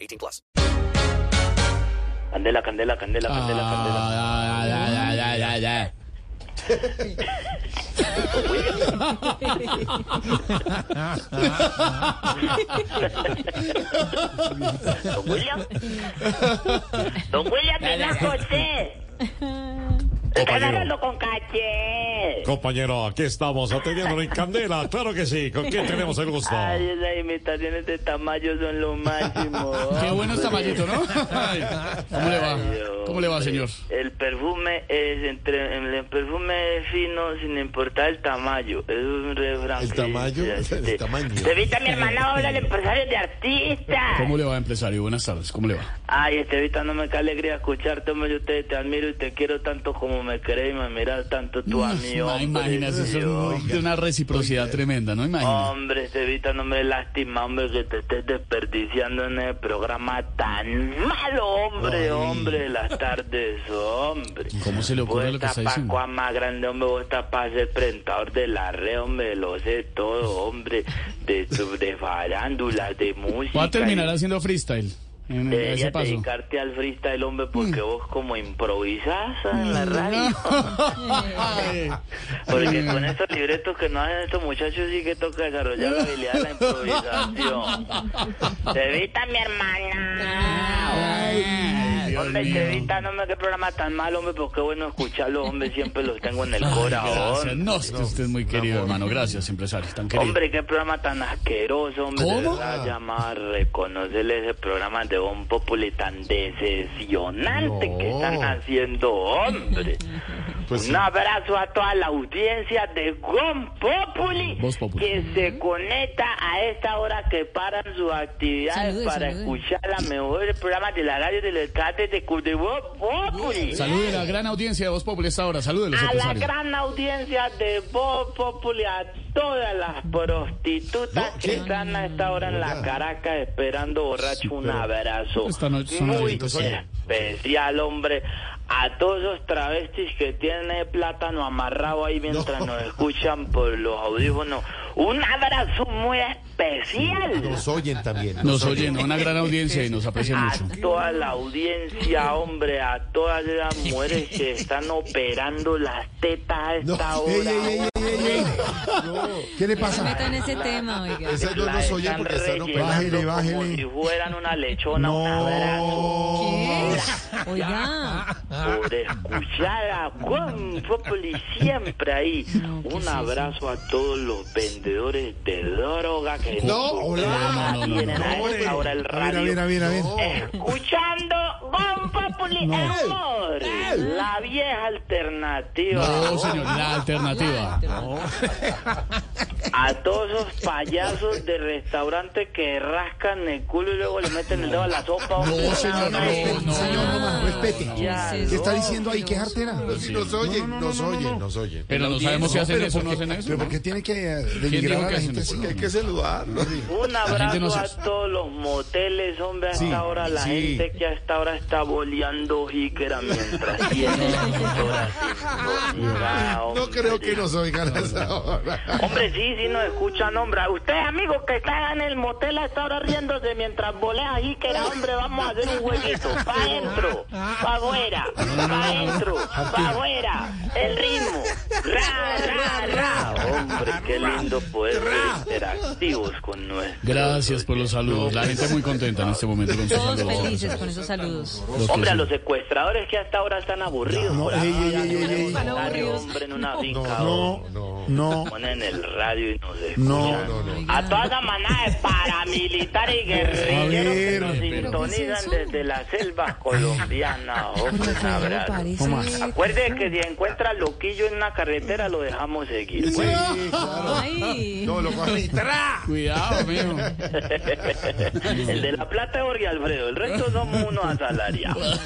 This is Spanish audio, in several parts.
18 plus. Candela, candela, candela, Ah, candela, Ah. candela. Don William. Don William de la José. Están hablando con caché. Compañero, aquí estamos atendiendo en Candela, claro que sí, ¿con quién tenemos el gusto? Ay, las imitaciones de Tamayo son lo máximo. Qué bueno está Mayito, ¿no? Ay, ¿Cómo le va? ¿Cómo le va, señor? El perfume es entre el perfume es fino sin importar el tamaño. Es un refrán. ¿El que tamaño? dice así. El tamaño. Se evita mi hermana ahora el empresario de artistas. ¿Cómo le va, empresario? Buenas tardes, ¿cómo le va? Ay, Estevita, no me qué alegría escucharte, hombre. Yo te, te admiro y te quiero tanto como me querés y me miras tanto tú a mí, Ma- hombre. Imagínate, eso es Dios. muy- de una reciprocidad tremenda, ¿no? Imagínate. Hombre, Estevita, no me lástima, hombre, que te estés desperdiciando en el programa tan malo, hombre, hombre, de las tardes, hombre. ¿Cómo se le ocurre Vos lo que estás está pa' diciendo? cuá más grande, hombre, vos estás para ser presentador de la red, hombre, lo sé todo, hombre, de, de farándulas, de música. Voy a terminar y- haciendo freestyle en en ese Deberías paso. dedicarte al freestyle, hombre, Mm. porque vos como improvisás en la radio. Ay, Porque Mm. con estos libretos que no hacen estos muchachos sí que toca desarrollar la habilidad de la improvisación. Evita, mi hermana. ay, Dios Hombre, mío. Evita, no me qué programa tan mal, hombre, pero qué bueno escucharlo, hombre, siempre los tengo en el Gracias, corazón. no, es que usted es muy querido, hermano. Gracias, empresario, tan querido. Hombre, qué programa tan asqueroso, hombre. De ¿Cómo? verdad, llamar, reconocerle ese programa de un populi tan decepcionante que están haciendo, hombre. Pues Un abrazo a toda la audiencia de Gon Populi, Voz Populi. que se conecta a esta hora que paran sus actividades Saludos, para saludos. escuchar la mejor programa de la radio de la tarde de, Cu- de Voz Populi. Salude a la gran audiencia de Voz Popular esta hora. Salúdelos, A la empresario. gran audiencia de Voz Populi, a todas las prostitutas que están a esta hora en la Caracas esperando borracho un abrazo. esta noche son las Muy veinticinco. especial, hombre. A todos los travestis que tienen el plátano amarrado ahí mientras nos escuchan por los audífonos. Un abrazo muy especial. oyen también. Nos oyen, una gran audiencia y nos aprecian A mucho. toda la audiencia, hombre, a todas las mujeres que están operando las tetas a esta hora. ¿Qué le No pasa? meta en ese tema, oiga. Esas no La nos oyen están porque están rellenando operando. Bájele, Como si bájele. fueran una lechona, un abrazo. No. Oiga, Por escuchar a Juan Popoli siempre ahí. No, ¿qué un es eso? abrazo a todos los vendedores de droga que No, nos hola. No, no, no, tienen no, a Hombre. esta hora el A ver, a ver, a radio. ver, a ver. Eh, Escuchando Juan Populi Amor, la vieja alternativa. No, señor, la alternativa. A todos esos payasos de restaurante que rascan el culo y luego le meten el dedo a la sopa. hombre. No, señor, no, no. Señor, no, respete. Ya, ¿Qué está diciendo ahí? ¿Qué jartera? Sí, nos oyen, nos oyen, nos oyen. Pero no sabemos si hacen eso o no hacen eso. ¿Pero por qué tiene que eh, ¿Quién denigrar dijo a que la es gente así? un- Hay que saludarlo. Un gente abrazo no se- a todos los moteles, hombre, hasta ahora la gente que hasta ahora está boleando jícara mientras tiene horas sin No creo que nos oigan a esa hora. Hombre, sí, sí nos escuchan, hombre. Ustedes, amigos, que están en el motel a esta hora riéndose mientras volea jícara, hombre, vamos a hacer un jueguito. Pa' adentro, pa' afuera, pa' adentro, pa' afuera. El ritmo. Ra, ra, ra. Hombre, qué lindo poder ser interactivos con nuestro. Gracias por los saludos. La gente muy contenta en este momento con sus todos saludos. felices con esos saludos. Los Hombre, a que- los secuestradores que hasta ahora están aburridos. No, por ey, ahí, ey, ey, ey, ey. un barrio, hombre, en una finca, No, No, no. no. ponen el radio y y nos No, escuchan. no, no. A toda la manada de paramilitares y guerrilleros que nos ¿qué es sintonizan eso? desde la selva colombiana. Hombre, un Alfredo, abrazo. parece... Acuerde que si encuentra loquillo en una carretera, lo dejamos seguir. pues. Ay. No, lo coge. Cuidado, mijo. El de la plata es Jorge Alfredo, el resto somos unos asalariados.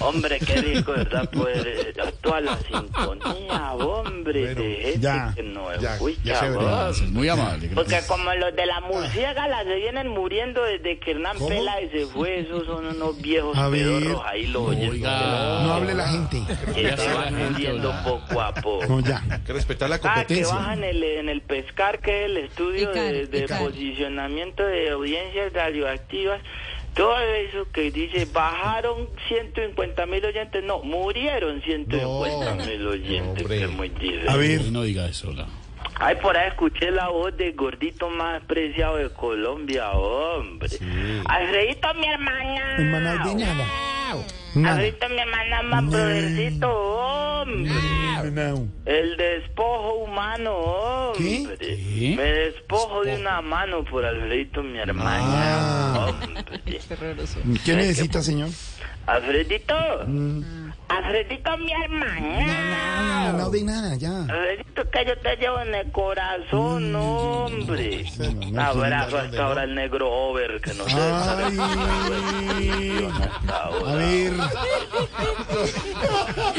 Hombre, qué rico, ¿verdad? Poder eh, actuar la sintonía, hombre, de gente ya, que nos ya, escucha, ya se verá. vos. Gracias, muy amable. Porque como los de Ah. la murciélaga se vienen muriendo desde que Hernán Peláez se fue, esos son unos viejos A ver. pedorros, ahí los oyes, Oiga. No hable la gente. que se van gente, muriendo oiga. poco a poco. No, ya. Hay que respetar la Ah, que competencia. bajan el, en el pescar, que es el estudio Pecar, de, de pecar. posicionamiento de audiencias radioactivas. Todo eso que dice, bajaron 150 mil oyentes. No, murieron 150 mil oyentes. hombre. que es muy difícil. A ver. Uy, No diga eso, la. Ay, por ahí escuché la voz del gordito más preciado de Colombia, hombre. Alfredito, mi hermana. Hermana de nada. Nada. Alfredito, mi hermana más brothercito, hombre. No. El despojo humano, ¿Qué? hombre. ¿Qué? Me despojo de una mano por Alfredito, mi Ah. hermana. hombre. Eh, ¿Qué necesita, señor? Alfredito. Mm. Alfredito, mi hermana. No, no de nada, ya. Alfredito, que yo te llevo en el Mm. corazón, hombre. pues, Un abrazo hasta ahora al negro over que nos Ay. hasta ahora. Ah, A ver.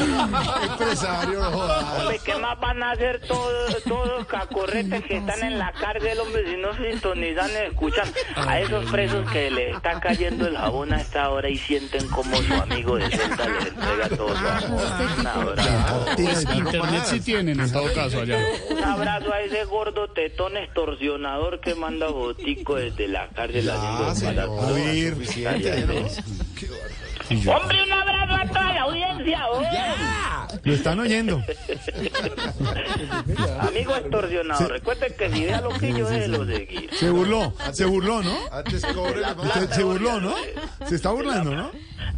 Empresario, no jodas. Hombre, ¿qué más van a hacer todos todos los cacorretes que están en la cárcel, hombre? Si no sintonizan, escuchan a esos presos que le está cayendo el jabón a esta hora y sienten como su amigo de celda les entrega todo su Ah, amor. este Un abrazo. Tira de- Internet sí tienen, en todo caso, allá. Un abrazo a ese gordo tetón extorsionador que manda botico desde la cárcel Ah, haciendo A disparate. ver. Hombre, un abrazo a toda la audiencia. hombre. Lo están oyendo. Amigo extorsionador, recuerden que si ve a lo que yo lo seguir. Se burló, se burló, ¿no? Antes cobre la mamá. Usted se burló, ¿no? Se está burlando, ¿no?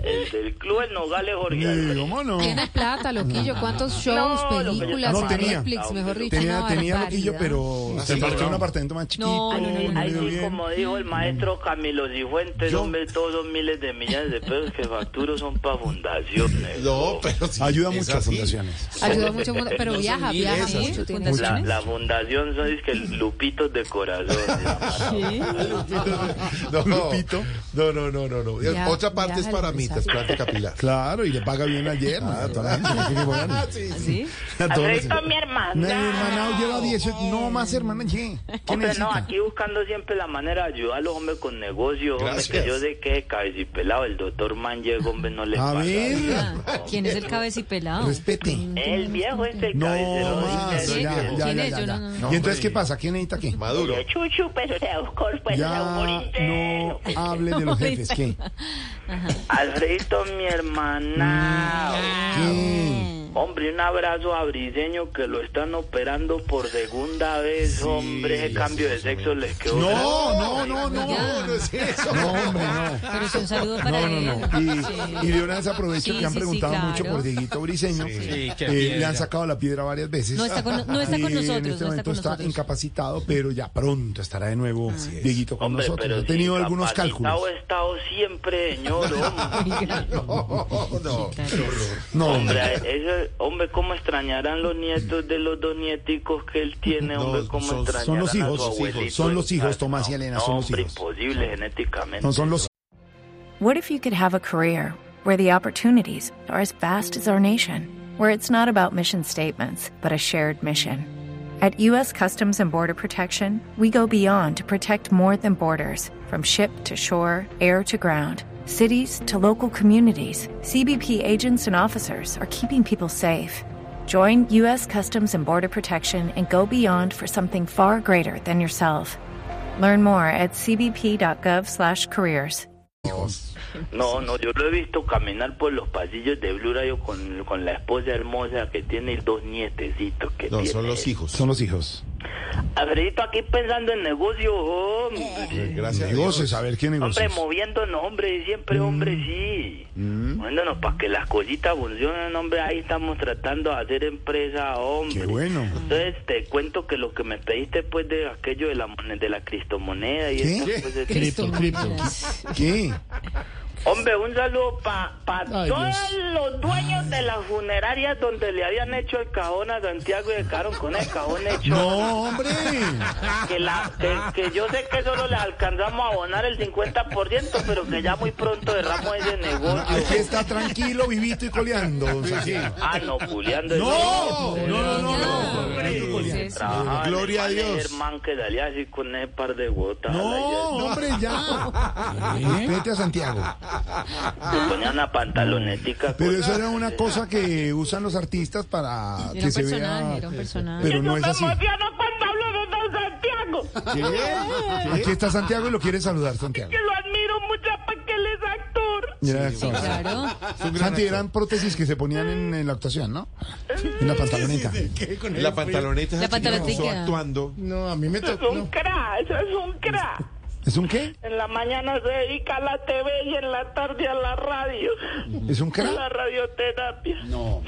El del club El Nogales Jorge. Sí, Alfredo. ¿Cómo no? Tiene plata, Loquillo. ¿Cuántos shows, No, Loquillo, películas, no tenía. Netflix, mejor dicho? Tenía, una tenía barbaridad. loquillo, pero se partió un apartamento más chiquito. No, no, no, no, no Ahí le dio sí, bien. como dijo el maestro Camilo Cifuentes, Yo- hombre, todos son miles de millones de pesos que facturo son para fundaciones. No, pues, pero sí, Ayuda es mucho a así. fundaciones. Ayudó mucho, mundo- pero viaja, viaja esas, mucho. tiene La, fundaciones. la fundación son es que lupitos de corazón. ¿sí? No, Lupito. No, no, no, no. no. Ya, Otra ya, parte es para mí, Alfredo. trasplante capilar. Claro, y le paga bien ayer. ¿no? Toda la gente le tiene que pagar. ¿Sí? A todos los- Alfredito, mi hermana. No, hermana, lleva 18. No más, hermana, ye. ¿Qué Hombre, no, necesita? aquí buscando siempre la manera de ayudar a los hombres con negocios, hombre, Gracias. que yo sé que es cabecipelado, el doctor Manchego, hombre, no le A pasa. ver. Ah, ¿Quién es el cabecipelado? Respete. El viejo este el No cabecero, más, dice, ya, viejo. ya, ¿Quién ya, es? ya, Yo ya. no- no. ¿Y entonces qué pasa? ¿Quién necesita qué? Maduro. Chuchu, pero de pues, Oscar, pero de Ya no Oscar. hable de los jefes, ¿qué? Alfredito, mi hermana. ¿Qué? Hombre, un abrazo a Briseño que lo están operando por segunda vez. hombre, ese cambio de sexo les quedó. No, no, no, no. Ya. No es eso. No, hombre, no. Pero es un saludo para No, no, él. no. Y, y de una vez aprovecho Sí, que han sí, sí, preguntado mucho claro. por Dieguito Briseño. qué Eh, le han sacado la piedra varias veces. No está con- no está con Eh, En nosotros, este no está momento con está nosotros. incapacitado, pero ya pronto estará de nuevo Dieguito con Hombre, nosotros. pero He tenido si algunos capacitado cálculos. he estado siempre, señor. Hombre, Oh, No, No, Hombre, a- ese- hombre, cómo extrañarán los nietos de los dos nieticos que él tiene, hombre, No, cómo son- son extrañarán son los a su hijos, abuelito son los en hijos, casa? Tomás y Elena, No, son los hombre, hijos. imposible genéticamente. no son los What if you could have a career where the opportunities are as vast as our nation, where it's not about mission statements, but a shared mission? At U.S. Customs and Border Protection, we go beyond to protect more than borders from ship to shore, air to ground. Cities to local communities, CBP agents and officers are keeping people safe. Join U.S. Customs and Border Protection and go beyond for something far greater than yourself. Learn more at cbp.gov/careers. hijos. No, no, yo lo he visto caminar por los pasillos de Blue Radio con, con la esposa hermosa que tiene y dos nietecitos que No, tiene. son los hijos. Son los hijos. Alfredito, aquí pensando en negocios, hombre. Eh, Gracias. a Negocios, Dios. a ver, ¿qué Hombre, negocios? moviéndonos, hombre, Mm. siempre, hombre, sí. Moviéndonos para que las cositas funcionen, hombre. Ahí estamos tratando de hacer empresa, hombre. Qué bueno. Entonces te cuento que lo que me pediste pues de aquello de la mon- de la cristomoneda y ¿Qué? esas cosas. Cripto, cripto. ¿Qué? Hombre, un saludo para Ay, todos los dueños de las funerarias donde le habían hecho el cajón a Santiago y dejaron con el cajón hecho. No, hombre. Que, la, que, que yo sé que solo les alcanzamos a abonar el 50%, pero que ya muy pronto derramos ese Aquí negocio. está tranquilo, vivito y coleando. don Santi. Ah, no, puleando. No, no, no, no, no. Gloria a Dios. Hermano, que salía así con ese par de gotas. No, hombre, ya. ¿Eh? Vete a Santiago. Se ponía una pantalonetica. Pero con- eso era una cosa que usan los artistas para Era que un se personaje, era vea. un personaje. Pero no es así. cuando hablo de Don Santiago. Aquí está Santiago y lo quiere saludar, Santiago. lo admiro mucho porque él es actor. Mira, Claro. Santi, eran prótesis que se ponían en, en la actuación, ¿no? En la pantaloneta. La pantaloneta. La pantaloneta. Pasó actuando. No, a mí me Eso es tocó. un crack, eso es un crack. ¿Es un qué? En la mañana se dedica a la TV y en la tarde a la radio. ¿Es un A la crack? radioterapia. No,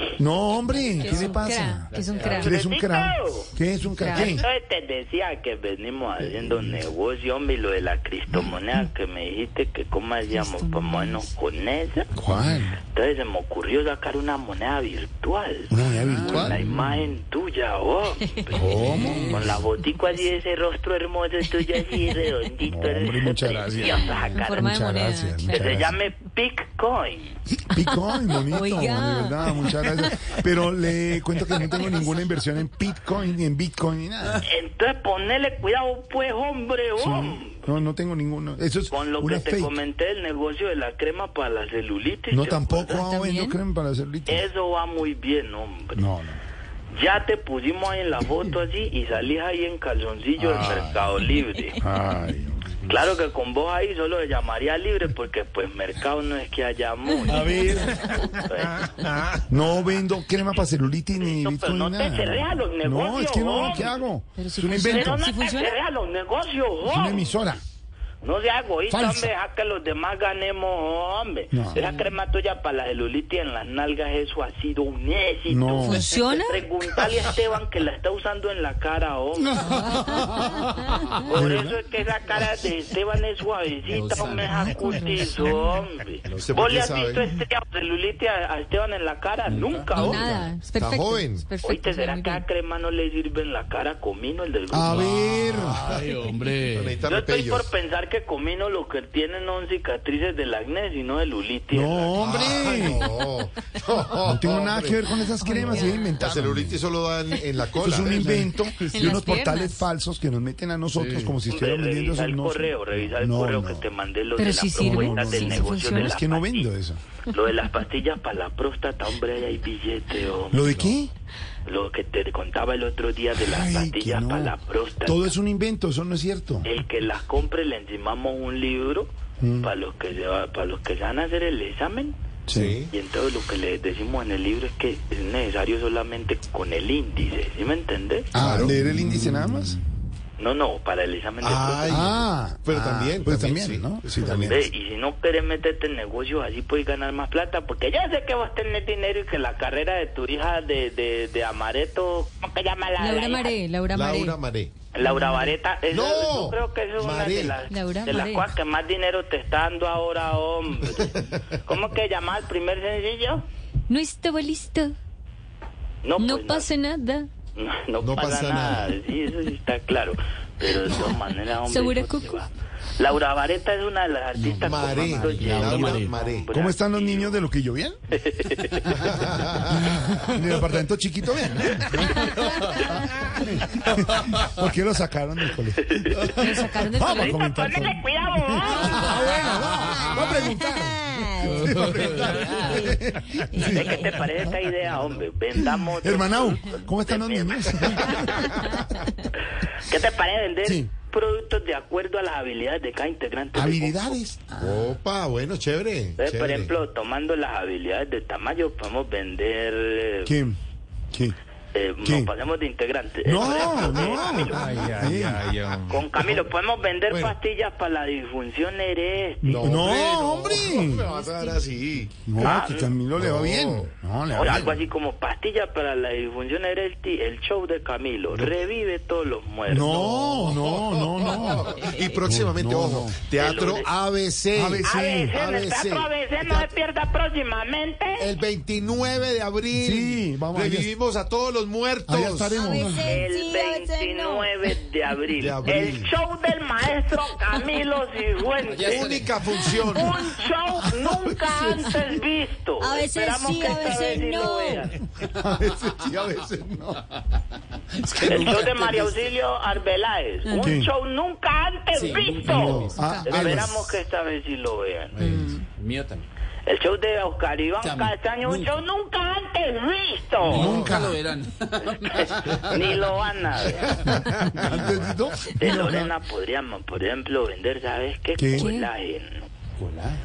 hombre, ¿qué Es le un pasa? crack, Es un crack. ¿Qué es un crack? ¿Qué es un crack? ¿Qué? Entonces te decía que venimos Eh. haciendo negocio, hombre, y lo de la Mm. cristomoneda que me dijiste que cómo hacíamos para movernos con esa. ¿Cuál? Entonces se me ocurrió sacar una moneda virtual. ¿Una moneda Con la virtual? imagen tuya, hombre. ¿Cómo? Con la botica así, ese rostro hermoso tuyo así redondito. No, hombre, muchas gracias. Preciosa, En cara. forma de Muchas moneda. gracias, Que claro. se llame Bitcoin. Bitcoin, bonito, Oiga. de verdad, muchas gracias. Pero le cuento que no tengo ninguna inversión en Bitcoin, ni en Bitcoin, ni nada. Entonces ponele cuidado, pues, hombre, hombre. No, no tengo ninguno. Eso es Con lo una que te fake. comenté, el negocio de la crema para la celulitis. No, ¿te tampoco acuerdas? ah, bueno, ¿También? creen para hacer litio. Eso va muy bien, hombre. No, no. Ya te pusimos ahí en la foto así y salís ahí en calzoncillo Ah. del Mercado Libre. Ay, hombre. Claro que con vos ahí solo se llamaría libre porque pues mercado no es que haya mucho. Pues, A ver, no vendo crema para celulitis ni No, pero Bitcoin no ni te nada. cerré a los no, es negocios, que no, hombre. ¿qué hago? Pero si es un funciona. invento, Pero no ¿Sí te funciona? cerré a los negocios, es una hombre. emisora. No seas egoísta, Falso. hombre, deja que los demás ganemos, hombre. No. Esa crema tuya para la celulitis en las nalgas, eso ha sido un éxito. No. ¿Funciona? Preguntale a Esteban que la está usando en la cara, hombre. Por eso es que esa cara de Esteban es suavecita, hombre, es acutizo, hombre. sé por ¿Vos qué le has sabe. visto este celulitis a, a Esteban en la cara? Nunca, hombre. Nada. Es perfecto. joven. es perfecto, Oíste, ¿será muy que a bien. crema no le sirve en la cara Comino, el del grupo? Ah, A ver, Ay, hombre. Necesita Yo estoy repellos. por pensar que Comino lo que tiene no son cicatrices del acné, sino de lulitis. no, hombre. Ah, Ay, no. no. tengo nada que ver con esas cremas, se La inventaron. celulitis solo dan en la Esto cola. es un invento En de las unos portales piernas. falsos que nos meten a nosotros como si Hombre, estuvieran vendiendo revisa eso. el No, correo, revisa el no, correo no. que te mandé lo Pero de sí las sirve. propuestas No, no, del sí, sí negocio funciona. de Es las que no pastillas. vendo eh. eso. Lo de las pastillas para la próstata, hombre, ahí hay billete, hombre. ¿Lo de qué? Lo que te contaba el otro día de las Ay, que pastillas no. para la próstata. Eh, Todo es un invento, eso no es cierto. El que las compre le encimamos un libro Mm. para los que se va, para los que se van a hacer el examen. Sí. Y entonces lo que les decimos en el libro es que es necesario solamente con el índice, ¿sí me entendés? Ah, leer el índice nada más. No, no, para el examen de próstata. Ay, Ah, pero ah, también, pues también, también, sí. ¿no? Sí, también. Ve, y si no querés meterte en negocios, así puedes ganar más plata, porque yo sé que vas a tener dinero y que la carrera de tu hija de, de, de Amareto, ¿cómo que llama la? Laura la- Maré, Laura Maré. Laura Maré. Laura Vareta, eso- No, yo creo que eso es una Maré. de las, Laura de las Maré. cosas que más dinero te está dando ahora, hombre. ¿Cómo que llama el primer sencillo? No estaba listo. Pues No, No pues, pasa nada. No, no pasa, nada. sí, eso sí está claro. Pero de todas maneras, hombre. Segura eso te Cucu. va. Laura Vareta es una de las artistas con Maré, más dinero. Laura Hombre, Maré. ¿Cómo están los niños de Loquillo? ¿Bien? ¿En el apartamento chiquito? ¿Bien? ¿Por qué lo sacaron del colegio? Lo sacaron del Vamos a colegio. comentar. todo. Ponele cuidado, hombre. Ah, bueno, va, va a preguntar. ah, Sí, va a preguntar. ¿De ¿Qué te parece esta idea, hombre? Vendamos. Hermanao, ¿cómo están los niños? ¿Qué te parece vender Sí. productos de acuerdo a las habilidades de cada integrante. del Habilidades. Opa, bueno, chévere. Entonces, por chévere. ejemplo, tomando las habilidades de Tamayo, podemos vender. eh, ¿Quién? ¿Quién? eh, ¿Qué? nos ponemos de integrantes. Eh, No, por ejemplo, eh, no. Camilo. Sí. Con Camilo, podemos vender Bueno. pastillas para la disfunción eréctil. No, hombre. No me vas a dar así. No, que Camilo le va bien. No, le O va algo bien. así como pastillas para la disfunción eréctil, el show de Camilo. Revive todos los muertos. No, no, no, no. Y próximamente, No, no. ojo, Teatro ABC. ABC. A veces, en el ABC. teatro a veces no se pierda próximamente. El 29 de abril. Sí, vamos, ahí Revivimos a todos los muertos. Allá estaremos. El 29 de abril. De abril. El show del maestro Camilo Cifuentes. Única función. Un show nunca antes visto. A veces Esperamos sí, que a esta veces vez sí lo no. vean. A veces sí, a veces no. El show de María Auxilio Arbeláez. Un Sí. show nunca antes visto. Ah, Esperamos que esta vez sí lo vean. Mío también. El show de Oscar Iván También. Castaño, un Nunca. show nunca antes visto. Nunca. lo verán. Ni lo van a ver. Antes, ¿no? De Lorena podríamos, por ejemplo, vender, ¿sabes qué? ¿Qué? Colágeno.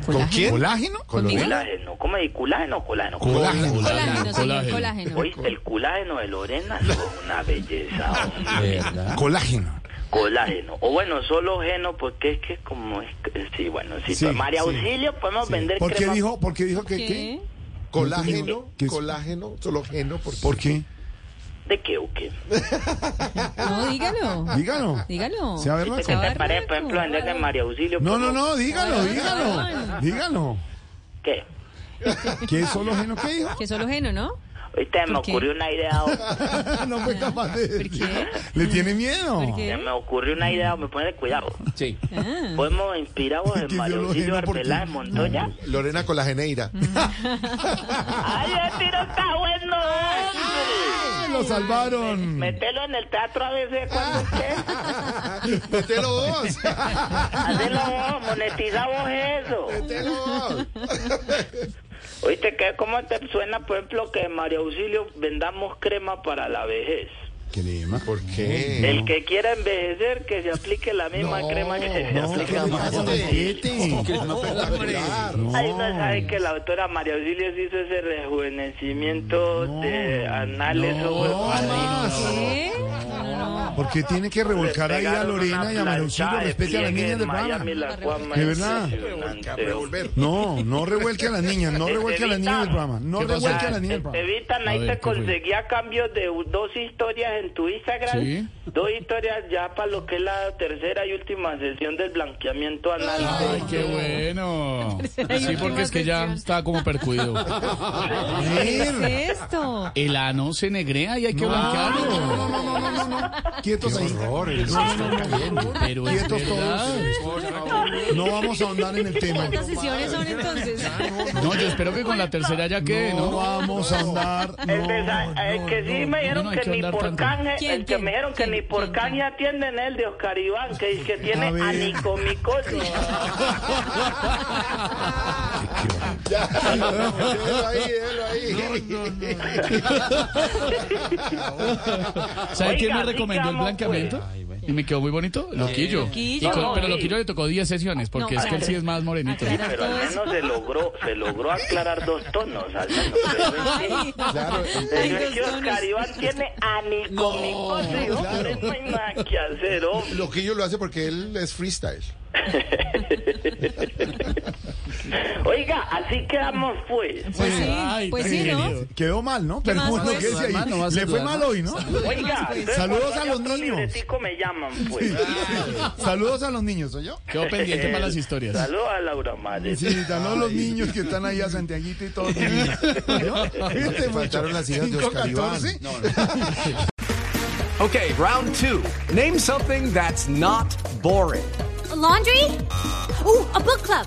¿Con quién? ¿Colágeno? ¿Conmigo? Colágeno. ¿Cómo es? ¿Colágeno o colágeno? Colágeno. Colágeno, señor, Colágeno. colágeno. Oíste, el colágeno de Lorena es una belleza. hombre. Colágeno. colágeno. O bueno, solo geno, porque es que como es... que- Sí, bueno, sí. Sí, María sí. Auxilio podemos vender ¿Por qué crema- dijo, por qué dijo que ¿Qué? qué? Colágeno, ¿Qué es? colágeno, solo geno. ¿Por, ¿Por qué? ¿De qué o qué? No, dígalo. Dígalo. Dígalo. Sea ¿Qué berraco. te parece, por ejemplo, vender de María Auxilio? No, no, podemos- no, dígalo, Ay, dígalo. ay. Dígalo. ¿Qué? ¿Qué es solo geno que dijo? Que solo geno, ¿no? Ahorita me ¿Por qué? ocurrió una idea. No fue capaz de decir. qué? Le tiene miedo. ¿Por qué? Se me ocurrió Mm. una idea, me pone cuidado. Sí. Podemos inspirarnos Que en yo María lo Auxilio digo porque- Arbeláez Montoya. Lorena Colageneira. Mm. ¡Ay, el tiro está bueno! Ah, Ay, Eh, Lo salvaron. Metelo en el teatro a veces cuando Ah. usted. Metelo vos. Hacelo vos, monetiza vos eso. Metelo vos. Oíste, que ¿cómo te suena, por ejemplo, que en María Auxilio vendamos crema para la vejez? ¿Qué le llama? ¿Por qué? El que quiera envejecer, que se aplique la misma crema que se Eh, No, ¿qué le aplica a María pasa? Auxilio. Vete. Ahí no sabe que la autora María Auxilio se hizo ese rejuvenecimiento de anales no, ojos marinos. más. ¿Qué? No, no, no. ¿Por qué tiene que Le revolcar ahí a pegaron Lorena una y a Maruchillo? planchada de Respete a las pliegue niñas en de Miami, Pana. la cual más De verdad. impresionante. Revolver. No, no revuelque a las niñas, no Este, revuelque a las niñas del Vita. programa, no ¿Qué pasó? revuelque a Ah, las niñas del Te programa. evitan, A ahí ver, te ¿qué fue? conseguía cambios de u- dos historias en tu Instagram. Sí. Dos historias ya para lo que es la tercera y última sesión del blanqueamiento anal. Ay, qué bueno. Hay Sí, porque es que ya última está como percuido. ¿Qué es esto? El ano se negrea y hay que blanquearlo. No, no, no, no, no, no. Quietos ahí. Pero es Quietos verdad. todos. No vamos a ahondar en el tema. ¿Cuántas sesiones son entonces? No, yo espero que con la tercera ya quede, No ¿no? vamos a ahondar. El, desa- No, el no, que sí no, me no, dijeron no hay que, que ni andar por tanto. canje, ¿Quién, el que quién, me dijeron que quién, ni por quién, canje quién? atienden el de Oscar Iván, que es que tiene ver. anicomicosis. ah. Déjelo ahí, déjelo ahí. ¿Sabe Oiga, quién me sí, recomendó el ¿cómo blanqueamiento? Y me quedó muy bonito, Loquillo. Loquillo. Y con- pero Sí. Loquillo le tocó 10 sesiones, porque No, es que él claro. sí es más morenito. Aclara Pero al todo eso. menos se logró, se logró aclarar dos tonos, al menos. Pero es Ay, que- Claro, Pero es dos que Oscar dones. Iván tiene anicomicosis, No, hombre, claro. no hay nada que hacer, hombre. Loquillo lo hace porque él es freestyle. Oiga, así quedamos pues. Pues sí, Ay, pues sí, querido. ¿no? Quedó mal, ¿no? Pero más bueno, puedes ¿qué dice dudar, ahí? no vas a Le fue dudar, mal ¿no? hoy, ¿no? Oiga, entonces, Saludos cuando a haya los otro niños. libretico me llaman pues. Saludos a los niños, ¿oyó? Quedó pendiente para las historias. Saludos a Laura Madre. Sí, saludos a los niños que están ahí a Santiaguito y Este todos. los niños. ¿Oyó? Cuídate mucho. Faltaron las hijas de Oscar Iván. 514. Okay, round two. Name something that's not boring. laundry? Ooh, a book club.